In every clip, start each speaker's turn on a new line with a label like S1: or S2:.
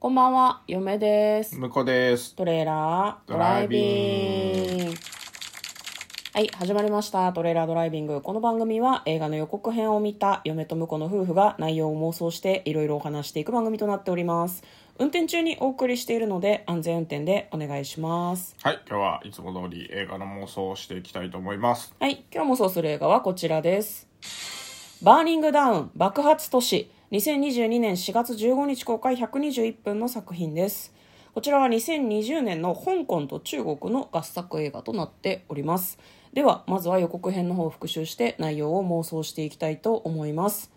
S1: こんばんは、嫁です。
S2: 向こうです。
S1: トレーラード
S2: ド
S1: ラ
S2: ラ
S1: イ
S2: イ
S1: ビ
S2: ビ
S1: ング。はい、始まりました。トレーラードライビング。この番組は映画の予告編を見た嫁と婿の夫婦が内容を妄想していろいろお話していく番組となっております。運転中にお送りしているので安全運転でお願いします。
S2: はい、今日はいつも通り映画の妄想をしていきたいと思います。
S1: はい、今日もそうする映画はこちらです。バーニングダウン爆発都市2022年4月15日公開121分の作品です。こちらは2020年の香港と中国の合作映画となっております。では、まずは予告編の方を復習して内容を妄想していきたいと思います。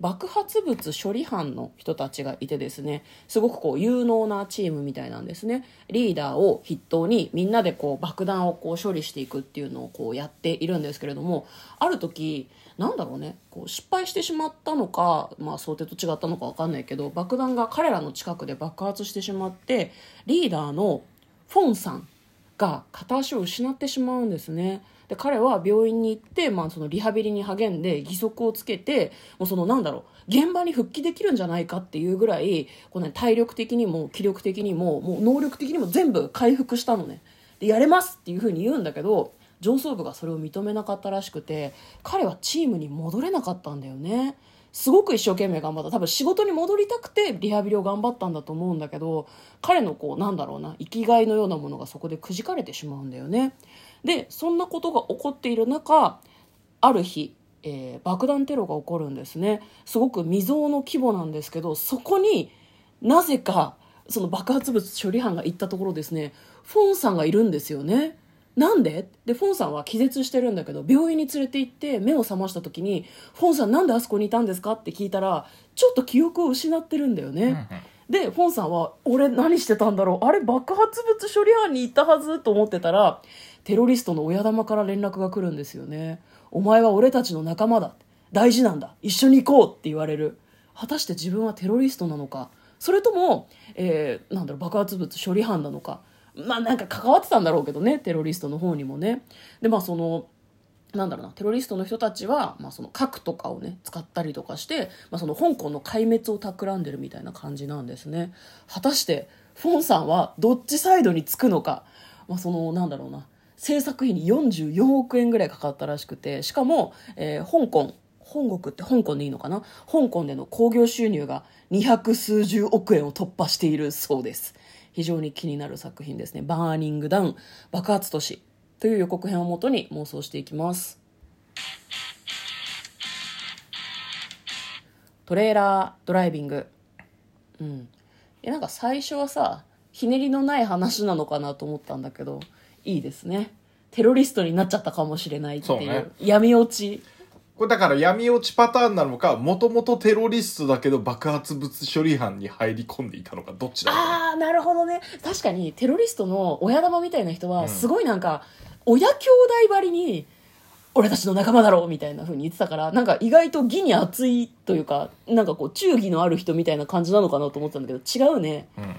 S1: 爆発物処理班の人たちがいてですねすごくこう有能なチームみたいなんですねリーダーを筆頭にみんなでこう爆弾をこう処理していくっていうのをこうやっているんですけれどもある時なんだろうねこう失敗してしまったのか、まあ、想定と違ったのか分かんないけど爆弾が彼らの近くで爆発してしまってリーダーのフォンさんが片足を失ってしまうんですねで彼は病院に行って、まあ、そのリハビリに励んで義足をつけてもうそのなんだろう現場に復帰できるんじゃないかっていうぐらいこう、ね、体力的にも気力的にももう能力的にも全部回復したのねでやれますっていうふうに言うんだけど上層部がそれを認めなかったらしくて彼はチームに戻れなかったんだよねすごく一生懸命頑張った多分仕事に戻りたくてリハビリを頑張ったんだと思うんだけど彼のこうなんだろうな生きがいのようなものがそこでくじかれてしまうんだよねでそんなことが起こっている中ある日、えー爆弾テロが起こるんですねすごく未曾有の規模なんですけどそこになぜかその爆発物処理班が行ったところですねフォンさんがいるんですよねなんででフォンさんは気絶してるんだけど病院に連れて行って目を覚ました時にフォンさんなんであそこにいたんですかって聞いたらちょっと記憶を失ってるんだよね、でフォンさんは「俺何してたんだろうあれ爆発物処理班に行ったはず」と思ってたらテロリストの親玉から連絡が来るんですよね「お前は俺たちの仲間だ大事なんだ一緒に行こう」って言われる果たして自分はテロリストなのかそれとも、えーなんだろう爆発物処理班なのかまあなんか関わってたんだろうけどねテロリストの方にもねでまあそのなんだろうなテロリストの人たちは、まあ、その核とかをね使ったりとかして、まあ、その香港の壊滅を企んでるみたいな感じなんですね果たしてフォンさんはどっちサイドにつくのか、まあ、そのなんだろうな制作費に44億円ぐらいかかったらしくてしかも、えー香港本国って香港でいいのかな香港での興行収入が200数十億円を突破しているそうです非常に気になる作品ですね「バーニングダウン爆発都市」という予告編をもとに妄想していきますトレーラードライビングうんいやなんか最初はさひねりのない話なのかなと思ったんだけどいいですねテロリストになっちゃったかもしれないっていう
S2: そうね
S1: 闇落ち
S2: これだから闇落ちパターンなのか、もともとテロリストだけど爆発物処理班に入り込んでいたのか、どっちだろうね
S1: ああなるほどね確かにテロリストの親玉みたいな人
S2: う
S1: は
S2: ん
S1: すごいなんか、親兄弟ばりに俺たちの仲間だろうみたいな風に言ってたからなんか意外と義に熱いというかなんかこう忠義のある人みたいな感じなのかなと思ってたんだけど違うね
S2: うんうん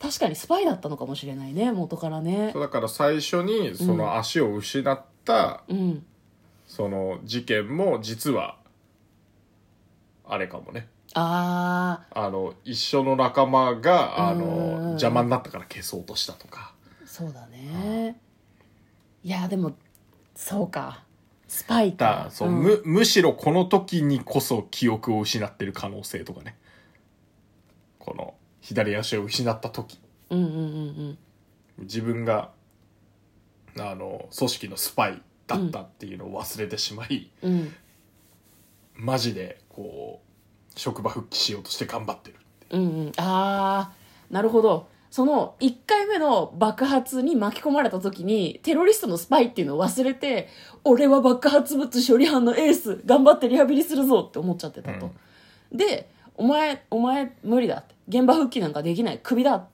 S1: 確かにスパイだったのかもしれないね元からね
S2: そうだから最初にその足を失った、
S1: うん
S2: その事件も実は、あれかもね。
S1: ああ
S2: あの、一緒の仲間が、あ
S1: うんうんうん
S2: の、邪魔になったから消そうとしたとか。
S1: そうだねいやでもそうかスパイ
S2: だか
S1: から
S2: そう
S1: うん
S2: むむしろこの時にこそ記憶を失ってる可能性とかねこの左足を失った時
S1: うんうんうん
S2: 自分があの組織のスパイだったっていうのを忘れてしまい、
S1: うんうん
S2: マジでこう職場復帰しようとして頑張ってる
S1: うんうん、あーなるほどその1回目の爆発に巻き込まれた時にテロリストのスパイっていうのを忘れて俺は爆発物処理班のエース頑張ってリハビリするぞって思っちゃってたと、でお前お前無理だって現場復帰なんかできないクビだ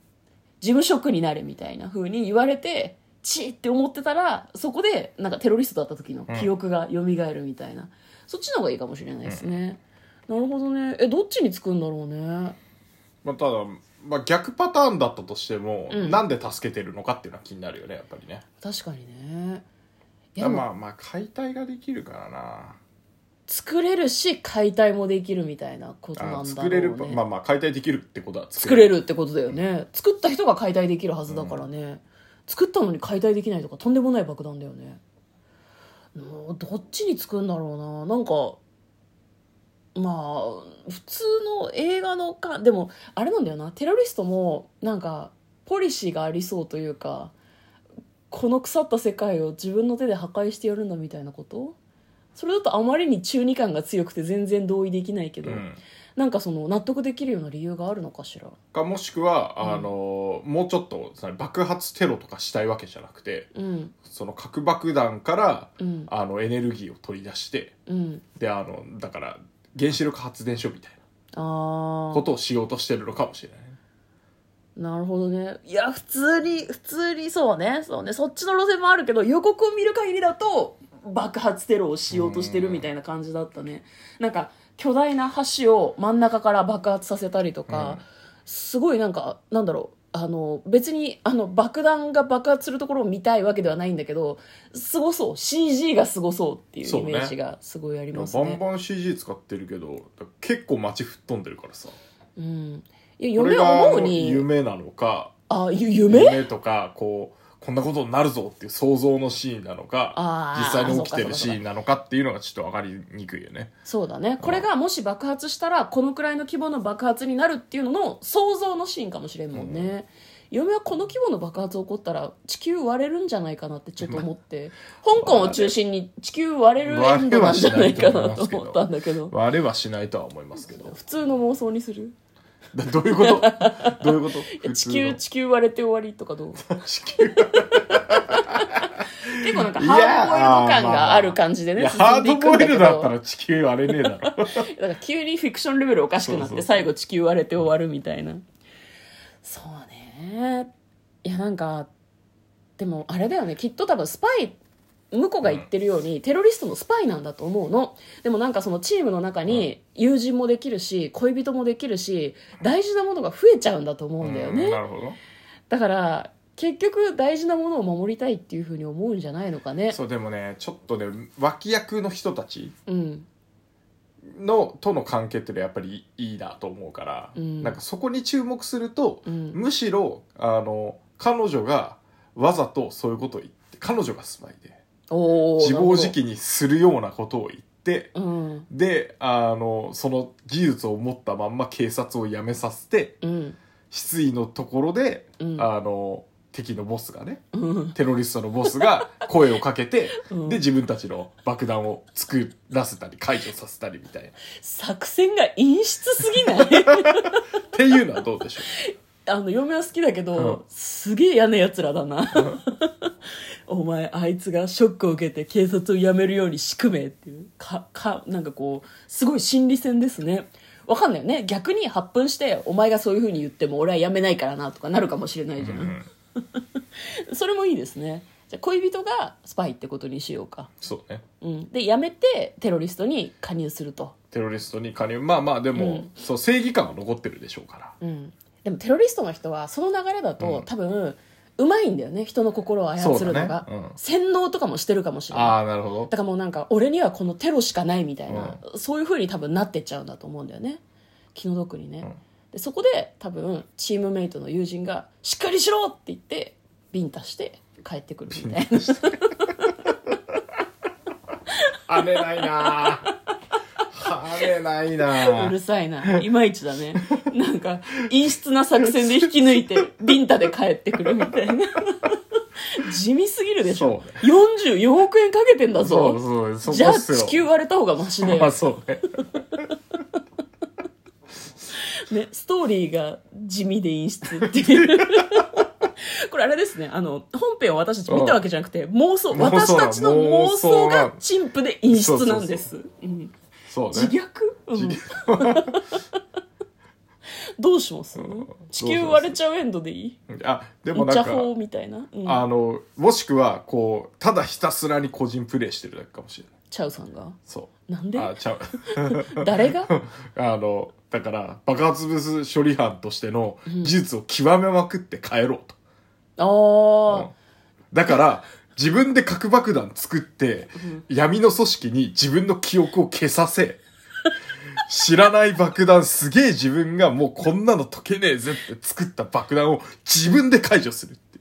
S1: 事務職になれみたいな風に言われてチーって思ってたらそこでなんかテロリストだった時の記憶が蘇るみたいな、そっちの方がいいかもしれないですね、なるほどねえどっちにつくんだろうね
S2: まあ、ただ、まあ、逆パターンだったとしても、
S1: うん
S2: なんで助けてるのかっていうのは気になるよねやっぱりね
S1: 確かにねい
S2: ま
S1: やで
S2: あ
S1: も
S2: まあ解体ができるからな
S1: 作れるし解体もできるみたいなこと
S2: あ
S1: な
S2: ー
S1: んだ
S2: 作
S1: ろう
S2: れ
S1: ね
S2: る、まあまあ解体できるってことは
S1: 作れるってことだよね作った人が解体できるはずだからね、作ったのに解体できないとかとんでもない爆弾だよねうんどっちに作るんだろうななんかまあ普通の映画のかでもあれなんだよなテロリストもなんかポリシーがありそうというかこの腐った世界を自分の手で破壊してやるんだみたいなことそれだとあまりに中二感が強くて全然同意できないけど、
S2: うん
S1: なんかその納得できるような理由があるのかしら
S2: かもしくは、あのもうちょっとその爆発テロとかしたいわけじゃなくて
S1: うん
S2: その核爆弾から
S1: うん
S2: あのエネルギーを取り出して
S1: うん
S2: であのだから原子力発電所みたい
S1: あ
S2: なこ
S1: あ
S2: とをしようとしてるのかもしれないね
S1: なるほどねいや普通に普通にそうねそうねそっちの路線もあるけど予告を見る限りだと爆発テロをしようとしてるみたいな感じだったねなんか巨大な橋を真ん中から爆発させたりとか、
S2: うん
S1: すごいなんかなんだろうあの別にあの爆弾が爆発するところを見たいわけではないんだけどすごそう CG がすごそうっていうイメージがすごいありますね
S2: バンバン CG 使ってるけど結構街吹っ飛んでるからさ
S1: うん、いや
S2: これ
S1: 夢
S2: が
S1: 思う
S2: あの
S1: に
S2: 夢なのか
S1: あゆ夢
S2: とかこうこんなことになるぞっていう想像のシーンなのか
S1: あー
S2: 実際に起きて
S1: そう
S2: る
S1: かそ
S2: シ
S1: うか
S2: ーンなのかっていうのがちょっと分かりにくいよね
S1: そうだねこれがもし爆発したらこのくらいの規模の爆発になるっていうのの想像のシーンかもしれんもんね、嫁はこの規模の爆発起こったら地球割れるんじゃないかなってちょっと思って香港を中心に地球割れるエンドなんじゃないかなと思ったんだけど
S2: 割れはしないとは思いますけど
S1: 普通の妄想にする
S2: だ どういうことどういうこと
S1: 地球
S2: 普
S1: 地球割れて終わりとかどう
S2: 通の 地球
S1: 結構なんか
S2: い
S1: ハ
S2: や
S1: ードボイルド感がある感じで
S2: い
S1: ね
S2: や
S1: 進ん
S2: ハー
S1: で
S2: ド
S1: いくん
S2: ボ
S1: だ
S2: イ
S1: け
S2: ル
S1: ど
S2: ドだったら地球割れねえだろ
S1: だから急にフィクションレベルおかしくなっ
S2: そう
S1: て
S2: そう
S1: 最後地球割れて終わるみたいなそうねいやなんかでもあれだよねきっと多分スパイ向こうが言ってるように、テロリストのスパイなんだと思うのでもなんかそのチームの中に友人もできるし恋人もできるし大事なものが増えちゃうんだと思うんだよね、
S2: うんなるほど
S1: だから結局大事なものを守りたいっていうふうに思うんじゃないのかね
S2: そうでもねちょっとね脇役の人たち
S1: うん
S2: のとの関係っていうのはやっぱりいいなと思うから、
S1: うん
S2: なんかそこに注目すると、
S1: うん
S2: むしろあの彼女がわざとそういうことを言って彼女が住まいで
S1: おお
S2: 自暴自棄にするようなことを言って
S1: うん
S2: であのその技術を持ったまんま警察を辞めさせて
S1: うん
S2: 失意のところで、
S1: うん
S2: あの敵のボスがね
S1: うん
S2: テロリストのボスが声をかけて、
S1: うん
S2: で自分たちの爆弾を作らせたり解除させたりみたいな
S1: 作戦が陰湿すぎない
S2: っていうのはどうでしょう
S1: あの嫁は好きだけど、
S2: うん
S1: すげえ嫌なやつらだな お前あいつがショックを受けて警察を辞めるように仕組めっていうかかなんかこうすごい心理戦ですねわかんないよね逆に発奮してお前がそういうふうに言っても俺は辞めないからなとかなるかもしれないじゃん、
S2: うん
S1: それもいいですねじゃあ恋人がスパイってことにしようか、
S2: そうね
S1: うん、で辞めてテロリストに加入すると
S2: テロリストに加入まあまあでも、
S1: うん
S2: そう正義感は残ってるでしょうから
S1: うん、でもテロリストの人はその流れだと、
S2: うん
S1: 多分うまいんだよね人の心を操るのが、
S2: そうだねうん
S1: 洗脳とかもしてるかもしれない
S2: ああなるほど
S1: だからもうなんか俺にはこのテロしかないみたいな、そういう風に多分なってっちゃうんだと思うんだよね気の毒にね、
S2: うん
S1: でそこで多分チームメイトの友人が「しっかりしろ!」って言ってビンタして帰ってくるみたいな
S2: 跳ねないなぁ跳ねないうな
S1: る
S2: ぁ
S1: さいないまいちだねなんか陰湿な作戦で引き抜いてビンタで帰ってくるみたいな地味すぎるでしょ
S2: そうね
S1: 44億円かけてんだ
S2: そう
S1: ぞ
S2: そうそ
S1: じゃ
S2: こ
S1: あ
S2: っすよ
S1: 地球割れた方がマシだ
S2: まあ
S1: よ、
S2: そうね
S1: ね、ストーリーが地味で陰湿っていう これあれですねあの本編を私たち見たわけじゃなくて妄想
S2: 妄想
S1: 私たちの妄想
S2: 妄想が
S1: が陳腐で陰湿なんですうん
S2: そう
S1: 自
S2: ね
S1: 虐、うん、どうします、
S2: ん
S1: 地球割れちゃうエンドでいい
S2: あでも
S1: お
S2: な
S1: 茶
S2: んか
S1: 法みたいな、うん、
S2: あのもしくはこうただひたすらに個人プレイしてるだけかもしれない
S1: チャウさんが
S2: そ
S1: なん
S2: う
S1: で
S2: あちゃう
S1: 誰 が
S2: あのだから爆発物処理班としての技術を極めまくって帰ろうと、
S1: ああ、
S2: だから自分で核爆弾作って、闇の組織に自分の記憶を消させ、知らない爆弾すげえ自分がもうこんなの解けねえぜって作った爆弾を自分で解除するってい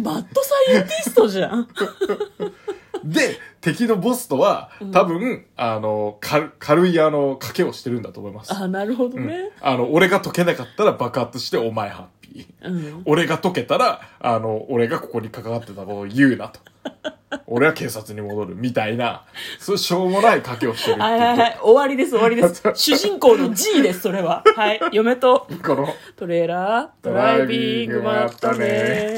S2: う。
S1: マッドサイエンティストじゃ ん
S2: で、敵のボスとは多分、あの、軽軽いあの、賭けをしてるんだと思います。
S1: あなるほど
S2: うん
S1: ね、
S2: あの、俺が解けなかったら爆発してお前ハッピー。
S1: うん、
S2: 俺が解けたら、あの、俺がここに関わってたことを言うなと。俺は警察に戻るみたいな、そういうしょうもない賭けをしてるって
S1: はいはい
S2: い
S1: はい終わりです終わり です主人公の G ですそれははい嫁と
S2: う。この、
S1: トレーラードライビングまったね